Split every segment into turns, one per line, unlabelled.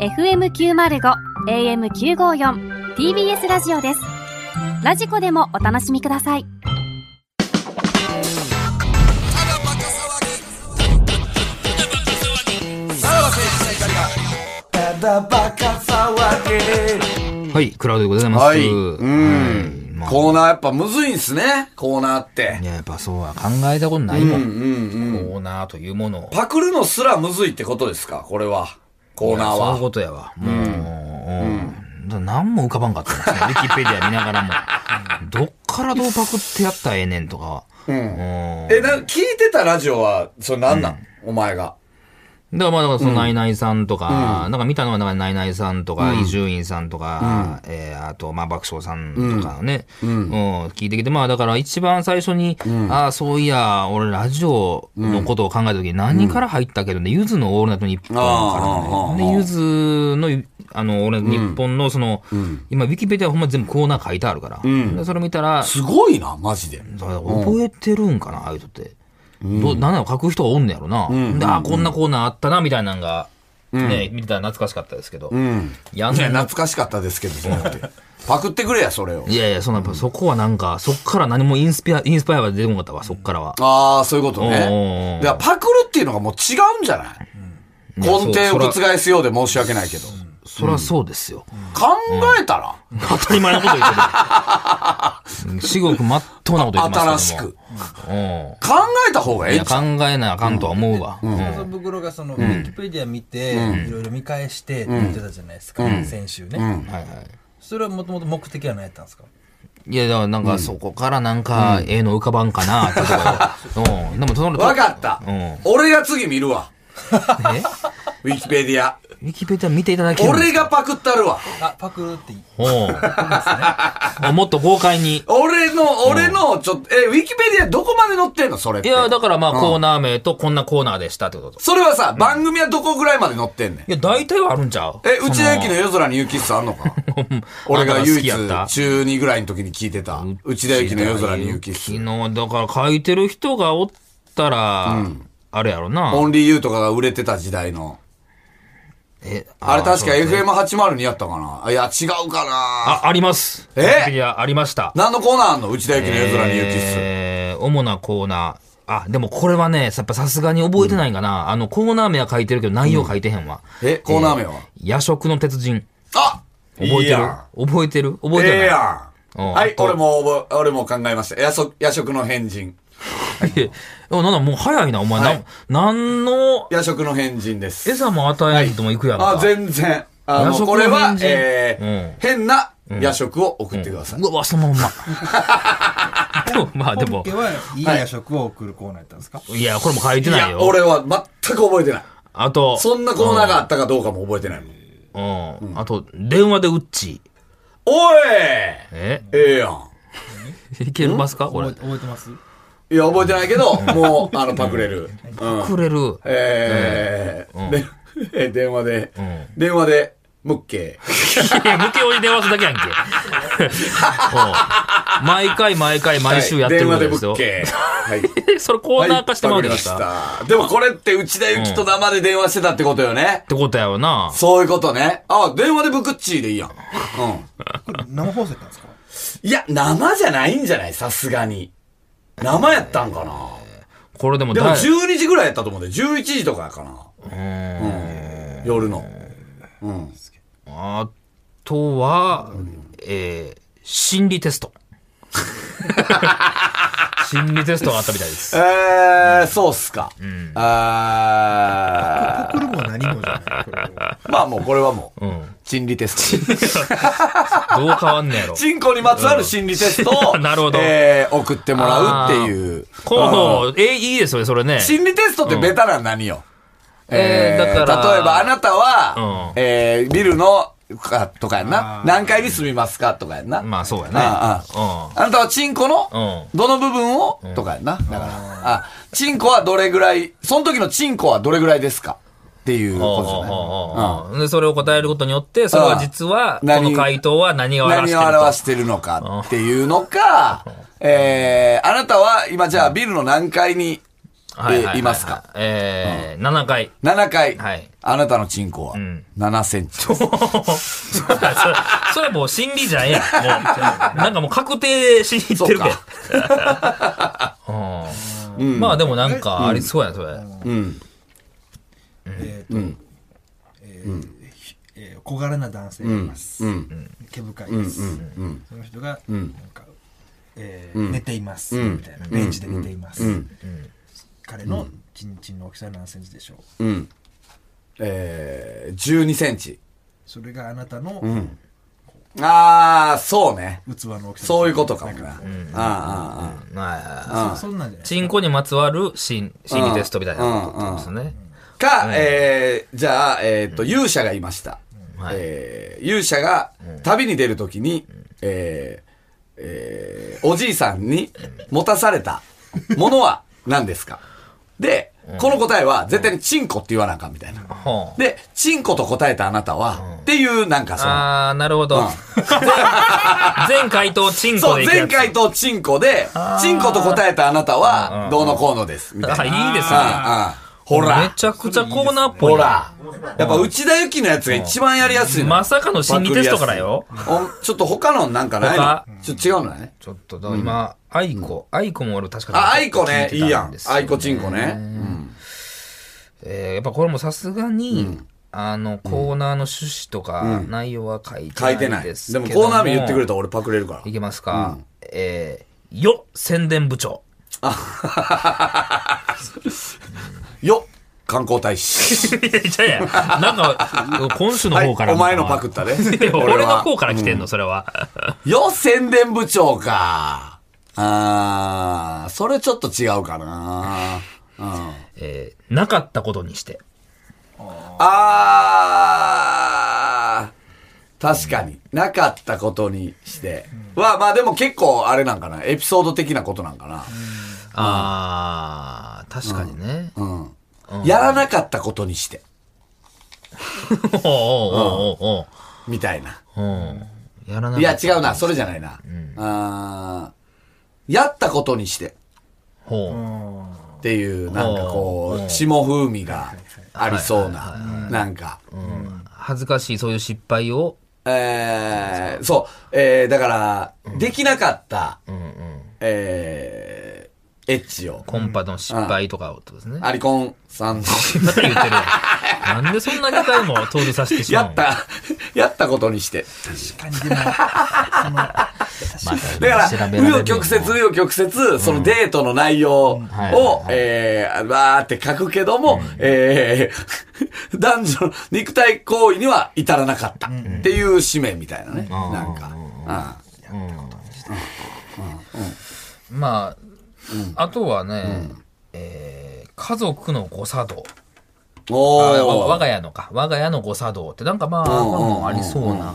FM905 AM954 TBS ラジオですラジコでもお楽しみください
はい、クラウドでございます。
はい。う
はい
ん
ま。あ
コーナーやっぱむずいんすね。コーナーって
い。や、やっぱそうは考えたことないうも
ん
ん。
うんうん。
コーナーというものを。
パクるのすらむずいってことですかこれは。コーナー
そういう
は。
ことやわ。もう、うんだから何も浮かばんかった なそのウィキペディア見ながらも。どっからどうパクってやったらええねんとか。うん。
え、な、聞いてたラジオは、それなんなんお前が。
だからまあ、だからそのナイナイさんとか、なんか見たのはなんかナイナイさんとか、伊集院さんとか、えーあと、まあ爆笑さんとかのね、うん聞いてきて、まあだから一番最初に、ああ、そういや、俺ラジオのことを考えた時に何から入ったけどね、ゆずのオールナイトニッポンからね。で、ゆずの、あの、オールナイトニッポンのその、今、ウィキペディアほんま全部コーナー書いてあるから、でそれ見たら、
すごいな、マジで。
だから覚えてるんかな、ああいう人って。どうなんやろ書く人がおんねやろな。で、ああ、こんなコーナーあったな、みたいなのが、ね、見てたら懐かしかったですけど。
うん。
やん
いや、
な
懐かしかったですけど、そうやって。パクってくれや、それを。
いやいや、そんな、やっぱそこはなんか、そっから何もインスピア、インスパイアは出てこなかったわ、そっからは。
ああ、そういうこと
おうおうお
ね。
う
いや、パクるっていうのがもう違うんじゃない根底を覆すようで申し訳ないけど。
そりゃそうですよ。
考えたら、
当たり前のこと言ってる。至極まっとうなこと言って
新
ます
し
けども
く。。
うん
考えた方がえ
い
え
や、
んちゃ
考
う
えなあかんとは思うわ。うん
謎袋がそのウィキペディア見て、いろいろ見返してって言ってたじゃないですか、先週ね、
はいはい。
それはもともと目的は何やったんですか
いや、だからなんかそこからなんか、ええの浮かばんかな、ってとこ ようん。でも、その、
わかった
うん。
俺が次見るわ。
え
ウィキペディ ア。
ウィキペディア見ていただけるんで
俺
すか
がパクったるわ。
あパクるっていい
おうあもっと豪快 に。
俺の、俺の、ちょっと、え、ウィキペディアどこまで載ってんのそれっ
い
て。
や、だからまあ、コーナー名とこんなコーナーでしたってこと。
それはさ、番組はどこぐらいまで載ってんねん。
いや、大体はあるんちゃう
え、うちの駅の夜空に雪室あんの か俺が唯一、中2ぐらいの時に聞いてた。うちの駅の夜空に雪
昨
室。
日、だから書いてる人がおったら、あれやろな。
オンリーユーとかが売れてた時代の。
え
あれ確か
そうですね
FM802 やったかなあいや、違うかな
あ、あります。
え
ウィキペディアありました。
何のコーナーあんのうちの駅の夜空に雪室。
えー主なコーナー。あ、でもこれはね、やっぱさすがに覚えてないかな。あの、コーナー名は書いてるけど内容書いてへんわ。
え、コーナー名は
夜食の鉄人。
あ覚
覚えてる覚えてる覚えて
ええ
る
やん。
うん
はい
あ、と
俺も覚え、俺も考えました。夜食、夜食の変人。
え、なんだ、もう早いな、お前。
はい
なん、なんの
夜食の変人です。
餌も与えんとも行くやんか。
あ、全然。あ
夜
の、
食の
これは
変、人
え
うん
ー、変な夜食を送ってください。
うわ、そ のまんま。 でも、まあでも
本家、はいい夜食を送るコーナーやったんですか、
いや、これも書いて
い
ない
や、
よ。
俺は全く覚えてない。
あと、
そんなコーナーがあったかどうかも覚えてないもん。
うん、あと、電話でウッチ。
おい
え
ええやん。
いけますかこれ
覚え。覚えてます
いや、覚えてないけど、もう、あの、パクれる。うん。
くれる。
えーでえ電話で
ん、
電話で、ムッケー。
いや、無形に電話するだけ やんけ。うん毎回毎回 毎週やってる
はい電話
こと
で
で
ム
すよ。
ッケー。はい。
それコーナー化してもらうでした。
は
っ
いわかりましたでもこれって内田有紀と生で電話してたってことよね。
てことやよな。
そういうことね。あ、電話でブクッチーでいいやん。うん。
これ生放送やったんですか
いや、生じゃないんじゃないさすがに。生やったんかな
これでも
でも
だい
12時ぐらいやったと思うんで、11時とかやかな。うん。夜の。
あとは、えー、心理テ スト。心理テストがあったみたいです。
えー、そうっすか。うん。あ
これも何もじゃないこれも
ーまあもうこれはもう、心理テスト。
どう変わんねやろ。
チンコにまつわる心理テストを、
なるほど
えー、送ってもらうっていう。
候補、え、いいですよね、それね。
心理テストってベタなの何よ、え
えー
ー
だから
例えばあなたは、
うん
えービルの、かとかやんな。何階に住みますかとかやんな。
まあそうやね。
あああなたはチンコの、
う
どの部分を、とかやんな。だから、あ、チンコはどれぐらい、その時のチンコはどれぐらいですかっていうことじゃない。
うん。で、それを答えることによって、それは実は、こ
うん何
の回答は何を表し
何
て
を
る
表
と
してるの かっていうのか、えー、あなたは今じゃあビルの何階に
はいはいはいはい
えいますか
えー、7回。
7回、
はい
あなたのチンコは7センチ。
それそれはもう心理じゃんやん。もう、なんかもう確定でしに行ってるけど。 うんまあでもなんかありそうやな、それ。
えーとえーひえー小柄な男性がいます、毛深いです、その人がなんか、えー寝ています、みたいなベンチで寝ています、彼のチンチンの大きさは何センチでしょう、
うん。えー、12センチ。
それがあなたの
あー、そうね。
器の大きさ
そういうことかも
なん
な。
こ
う、
うん
あ
まあ、
そそんなんじゃない
チンコにまつわる心心理テストみたいなことですね。
ーか、えー、じゃあ、えっ、と、勇者がいました。
はい
えー勇者が旅に出るときに、えーえーおじいさんに持たされたものは何ですかで、この答えは絶対にチンコって言わなあかんみたいな。
ほう
で、チンコと答えたあなたは、っていう、なんかその、
あー、なるほ ど。全回答チンコ
そ
で
う、
いくや
前
つ。
回とチンコで、チンコと答えたあなたは、どうのこうのです。みたいな。
あいいですね
ああほ
め
ら。
ちゃくちゃコーナーっぽい。
ほら。やっぱ内田有紀のやつが一番やりやすいの
まさかの心理テストからよ。
おちょっと他のなんかない
他
のちょっと違うのだね。
ちょっと、だから今、アイコ、アイコも俺確かに
あ、アイコね、いいやん。アイコチン
コ
コね。
えーやっぱこれもさすがに、あの、コーナーの趣旨とか、内容は書い
書い
て
て
な
ないい。
です
でも
け
コーナー名言ってくれた
と。
ら俺パクれるから
い。けますか、えーよ、宣伝部長。
よっ観光大使。
いやいやいや、なんか、今 週の
はい、
方から
お
なんか。
前のパクったね。
いや
俺
俺の
は。
方から来てんの、それは。
よ、宣伝部長か。あー、それちょっと違うかな。うん。
えーなかったことにして。
あー、確かに。なかったことにして。は、まあでも結構あれなんかな。エピソード的なことなんかな。
あー、確かにね。おう
やらなかったことにして。
おうおう
みたいな。
おうおううんやらない。
いや、違うな。それじゃないな。あーやったことにして。
ほう。
っていう、なんかこう、霜風味がありそうな。なんか。
恥ずかしい、そういう失敗を。
えー、そう。えー、だから、できなかった、えー、エッチを。
コンパの失敗とかをってことですね。
アリコンさんの。
また言ってる わ。なんでそんな2回も登場させてしま
や
うの
っ。た、 やったことにして。
確かにでも
だから、
調べられる
紆
よ
余曲折、紆余曲折、そのデートの内容
はい
を、えー、わーって書くけども、えー、 男女の肉体行為には至らなかったっていう使命みたいなね。なんか。あ
まあ、あとはね、えー家族の誤作動。あわ
お
我
ー。
が家のか。我が家の誤作動って、なんかまあ、これもありそうな。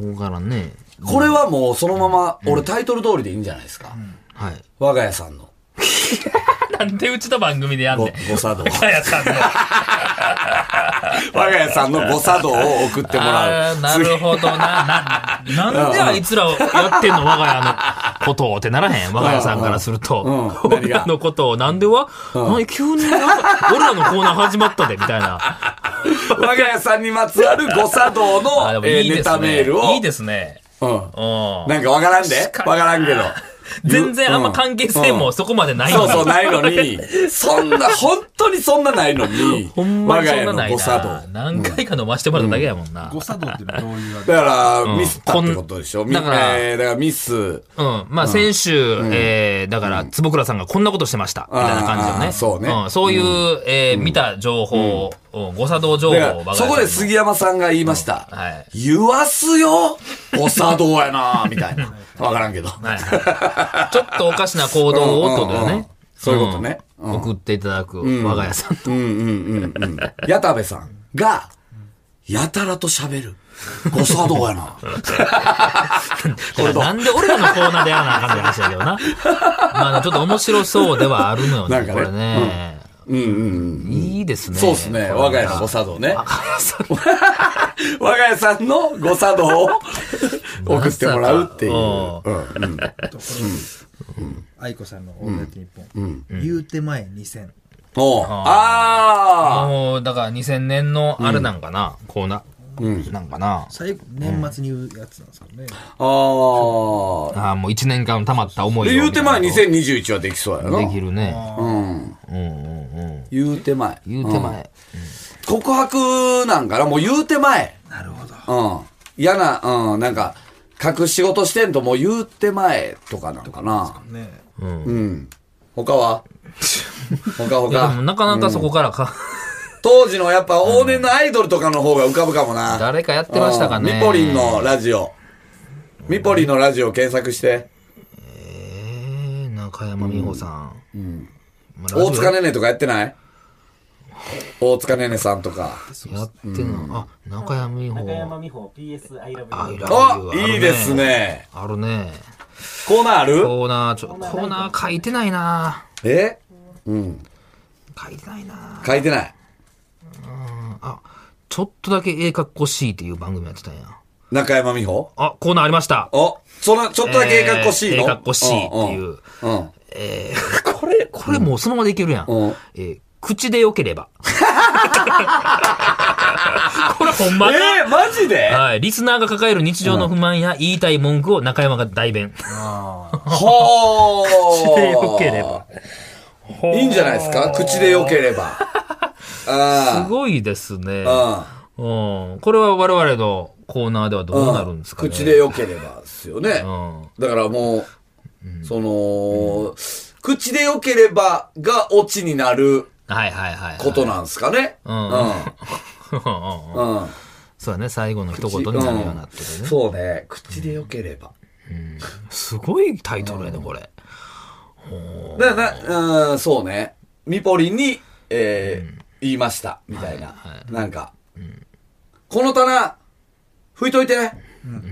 大柄ね。
これはもうそのまま、俺タイトル通りでいいんじゃないですか。
はい。
我が家さんの
なんでうちの番組 でやん
ご
ねん。
ご作動。
我が家さんの。
我が家さんのご作動を送ってもら
あ
う。
ーなるほど な。な、なんであいつらをやってんの我が家のことをってならへん。我が家さんからすると。
うん
俺らのことを、なんでは、何急になんか俺らのコーナー始まったで、みた いな。
我が家さんにまつわるご作動
あ
の
ーでも
え
い
ー
いで
ネ
す
タメ
ね
ールを。。
いいですね。
うん
うん。
なんかわからんで
確かに
わからんけど。
全然あんま関係性もそこまでない。
そうそう、ない いのに、そんな、本当にそんなないのに、
ほんま
我
に
が
そん
家
な
の
ない
誤作
な。
動。
何回か飲ましてもらっただけやもんな。
誤作動っていうのはどういう わけ
だから、ミスったってことでしょ。
ん
み
だから
えーだからミス。
うん。まあ、先週、えー、だから、坪倉さんがこんなことしてました。みたいな感じの
あ
ね。
ーそうね
ん、そういう、えー、見た情報、うん、誤作動情報
だ
を
から、
我が家
そ
さんに
こで杉山さんが言いました。
うんはい
言わすよ誤作動やなみたい な。わからんけど。
はいはい。ちょっとおかしな行動を、ってことよ
うんうんうん
ね。
そういうことね
ん送っていただく、我が家さんと。
矢田部さんが、やたらと喋る。誤作動や な。
だからなんで俺らのコーナーでやらなあかんって話だけどな。まあ、ちょっと面白そうではあるのよ
なん
ね、
かね
これね。
うんうんうん。
いいですね。
そうですね。
これは
我が家の誤作動ね。
我が家さん
我が家さんの 誤作動を送ってもらうっていう。
まさ
うんうん
とこれ愛子さんの「オールナイトニッポン」言うて前2000
おう
あ
ああ
もう、だから2000年のあれなんかな、こうな、なんかな。
最後年末に言うやつなんですけどね
あー
ああ、もう1年間溜まった思いを
で、言うて前
みたい
2021はできそうや
な
な。
できるね。
うん。
うんうんうん。
言うて前。
言うて前。
告白なんかなもう言うて前。
なるほど
うん。嫌な、うん、なんか、隠し事してんともう言うて前とかなんかな。
ね
うん。他は他
いや、でも
他。
なかなかそこからか、
当時のやっぱ往年のアイドルとかの方が浮かぶかもな。
誰かやってましたかね。
うんミポリンのラジオ。ミポリンのラジオ検索して。
えー、中山美穂さん。まあラジオ
大塚ねねとかやってない大塚ねねさんとか。
やってんの。あ、中山美
中山
穂。
美穂 PS I love
あ
you
あいいです。ね。
あるね。
コーナーある
コーナー、ちょ、コーナー書いてないな
えうん。
書いてないな
書いてない。
あ、ちょっとだけええ格好しいっていう番組やってたんや。
中山美穂
あ、コーナーありました。
お、その、ちょっとだけええ格好しいの
えーええ格好しいっていう。
うん。うん
えーこれ、これもうそのままでいけるやん。
うん
えー口でよ ければ。これほんまか
えー、マジで
はい。リスナーが抱える日常の不満や言いたい文句を中山が代弁。
ほー。
口でよければ。
いいんじゃないですか口でよければ。
す
あ
ごいですね。
あ。うん
うん。これは我々のコーナーではどうなるんですかね。
口でよければですよね。
うん。
だからもう、その、口でよければがオチになる
はいはいはい、はい。
ことなんですかね。
ん
うん。うん。うん
そうだね。最後の一言になるようになってるね。
そうね。口でよければ。
すごいタイトルやね、これ。
だからな、うん、そうね。ミポリンに、えー言いました。みたいな。なんか、この棚、拭いといて。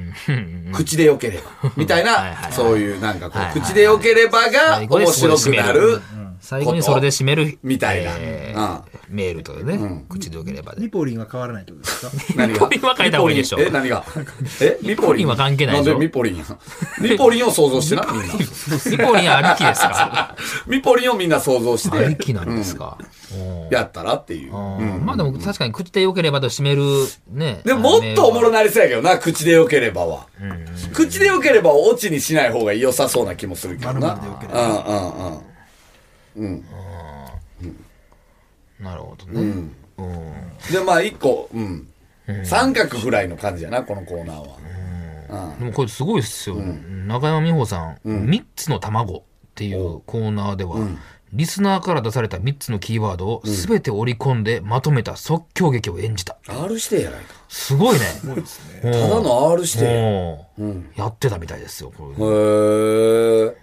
口でよければ。みたい
はいはいは
な、
い
そういう、なんかこ
はいは
う、
い
口でよければが
最後で
面
締め
白くなる。
最後にそれで締める。
みたいな
えーメールとかね。口でよければで。
ニポリンは変わらないってこと ですか
何が
ミポリンは書いた方がいいでしょ
ミポリンえ、何がえミポリン
ミポリンは関係ないでしょ
なんでミポリンやミポリンを想像してな、みんな。
ミポリンありきですか
ミポリンをみんな想像し
あり
て、
きなんですか。うん
やったらっていう。
まあでも確かに口でよければと締めるね。
でももっとおもろなりそうやけどな、口でよければは。口でよければをオチにしない方が良さそうな気もするけどな。
丸々でよけれ
うんうんうん。
なるほどね。
で、まあ一個、うん。三角フライの感じやな、このコーナーは。
でもこれすごいっすよ。中山美穂さん、三つの卵っていうコーナーでは、リスナーから出された三つのキーワードを全て織り込んでまとめた即興劇を演じた。
R 指定やないか。
すごいね。
ただの R 指定。へ
うんやってたみたいですよ。これ
ー。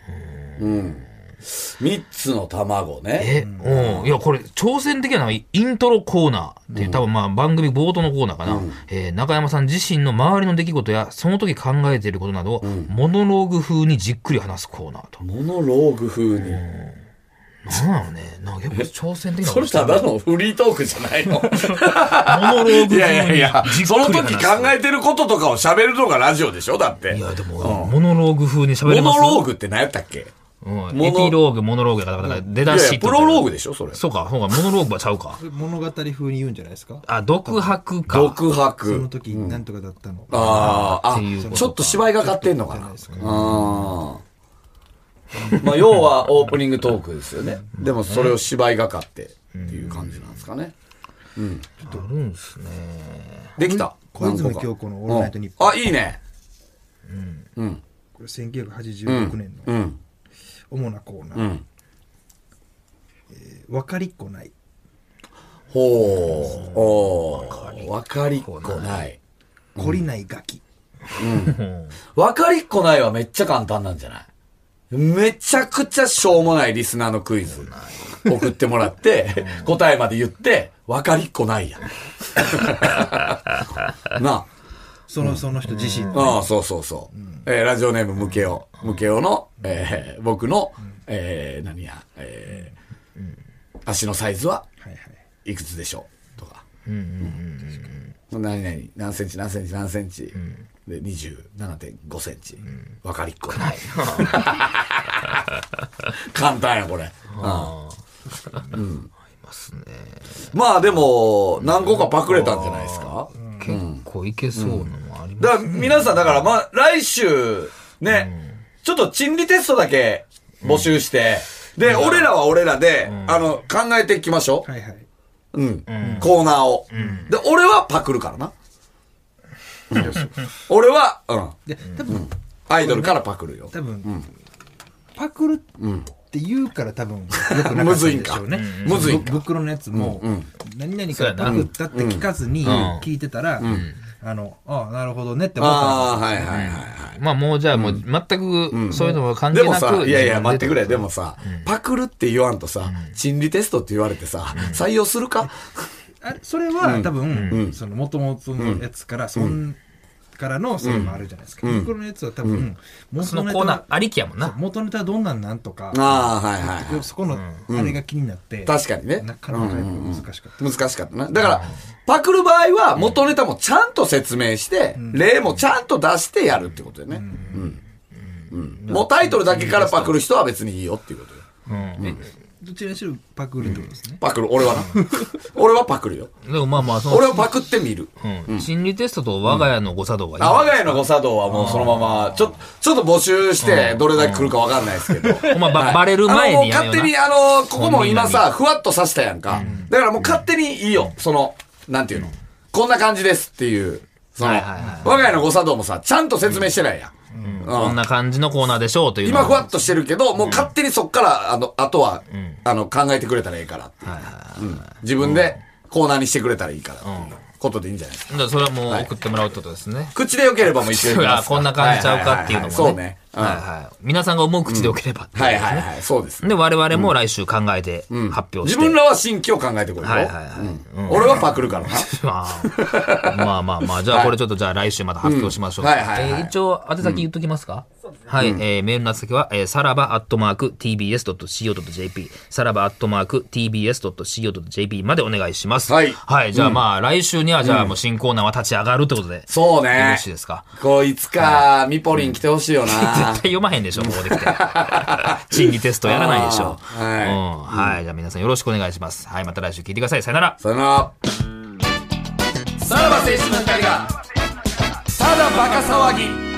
うん。三つの卵ね。
え、うん。いや、これ、挑戦的なのはイントロコーナーっていう、多分まあ番組冒頭のコーナーかな。えー中山さん自身の周りの出来事や、その時考えていることなどを、モノローグ風にじっくり話すコーナーと。
モノローグ風に。
なんなのね。なんかやっぱ挑戦的な
それただのフリートークじゃないの
モノローグ風に
いやいやいや
じっくり話、す
その時考えてることとかを喋るのがラジオでしょだって。
いや、でも、モノローグ風に喋
モ
れま
ノ
す
ローグって何やったっけ
うん
ノ
エピローグ、モノローグやから、だから出だ
いやい
し
や、プロローグ
で。
でしょそれ。
そうか、そうか、モノローグはちゃうか。
物語風に言うんじゃないですか
あ、独白か。
独
その
白。
時なんとかだったの
ああ、
っていうこと
あ、
か
ちょっと芝居がかってんのか
じゃ
な。あ
ないですかね
あー。まあ、要はオープニングトークですよね。でもそれを芝居がかってっていう感じなんですかね。
あるんすね。
できた。
小泉
何個か
今日このオールナイトニッポン
うんあ、いいね。
これ1986年
う
の
ん。
主なコーナ
う
ー
ん。
「分かりっこない
ほう。おうわかりっこない。」
「懲りないガキ」
わかりっこないはめっちゃ簡単なんじゃないめちゃくちゃしょうもないリスナーのクイズ送ってもらって、答えまで言って、わかりっこないや。な
そのその人自身
あ、ああそうそうそう。えーラジオネームムケオ。ムケオの、えー僕の、えー何や、えー足のサイズは
はいはい
いくつでしょうとか。何々何センチ何センチ何センチ、で27.5センチ、分かりっこない 簡単やこれ、
ますね。
まあでも何個かパクれたんじゃないですか、
結構いけそうなのもあり
だか
ますね
ら皆さんだからまあ来週ね、ちょっと心理テストだけ募集して、で、俺らは俺らで、あの、考えていきましょう。
はいはい。
うん。コーナーを、で、俺はパクるからな。 俺は、うん。
で、多分、
アイドルからパクるよ。
多分、パクるって言うから多分、よくなか
む
っ
ず
た
いん
んで
か
しょうね。
むずいんか
ブックロのやつも、何々からパクったって聞かずに
ん
聞いてたら、あの、ああ、なるほどねって思った
あ
ん
あ、はいはいはいはい。
まあもうじゃあもう全くそういうのは関
で
係
も
なく、
さ、いやいや、待ってくれ。で
も。
もさ、パクるって言わんとさ、心理テストって言われてさ、採用するか
ですあれそれは多分、その、もともとのやつから、そん、からの、それもあるじゃないですか。ブックロのやつは多分、
そ
元
の
ネタ
コーナーありきやもんな。
元ネタはどんなんなんとか、
ああ、はいはいはい。
そこの、あれが気になって、
確かにね。
なかなかやっぱ難しかった。
難しかったな。だから、パクる場合は元ネタもちゃんと説明して、例もちゃんと出してやるってことだよね。うん。うんもうタイトルだけからパクる人は別にいいよっていうことよ。
どちらにしろパクるってことですね。
パクる、俺 はな。俺はパクるよ。
でもまあまあ、その、
俺をパクってみる。
うん心理テストと我が家の誤作動はいい。
あ、我が家の誤作動はもうそのまま、ちょ、ちょっと募集して、どれだけ来るかわかんないですけど。
ほんまば
はい
バレる前にや
あ
め
の、もう勝
ような
手に、あの、ここも今さ、ふわっと刺したやんか。だからもう勝手にいいよ。その、なんていうの。こんな感じですっていう。その、
はいはいはい
我が家の誤作動もさ、ちゃんと説明してないやん。うん
こんな感じのコーナーでしょうというの
今ふわっとしてるけど、もう勝手にそっから、あの、あとは、あの、考えてくれたらいいからっていううん自分でコーナーにしてくれたらいいからっていうことでいいんじゃないですか。
だからそれはもう送ってもらうってことですね。
口でよければもう一応言います
あこんな感じちゃうかっていうのもね。
はいはいはいそうね。うん
はいはい。皆さんが思う口でよければっていうこ
は
と
い
ですね
はいはい、そうですね。
で、我々も来週考えて発表し
自
て。
分らは新規を考えてこいよ。
はいはいはい
うん俺はパクるからな。
まあ、まあまあまあ、じゃあこれちょっとじゃあ来週また発表しましょう。
うんはいはいはい
えー一応、宛先言っときますか、はい、えーメールの宛先は、えーさらばアットマーク tbs.co.jp、さらばアットマーク tbs.co.jp までお願いします。
はい
じゃあまあ、来週にはじゃあもう新コーナーは立ち上がるってことで。
そう
よろ
ね
しい。ですか
こいつか、ミポリン来てほしいよ
絶対
な。
読まへんでしょ、ここで 来て。心理テストやらないでしょ。
あーはい
うんはい。じゃあ皆さんよろしくお願いします。はい。また来週聞いてください。さよなら。
さよな ら。さらば青春の光が、ただバカ騒ぎ。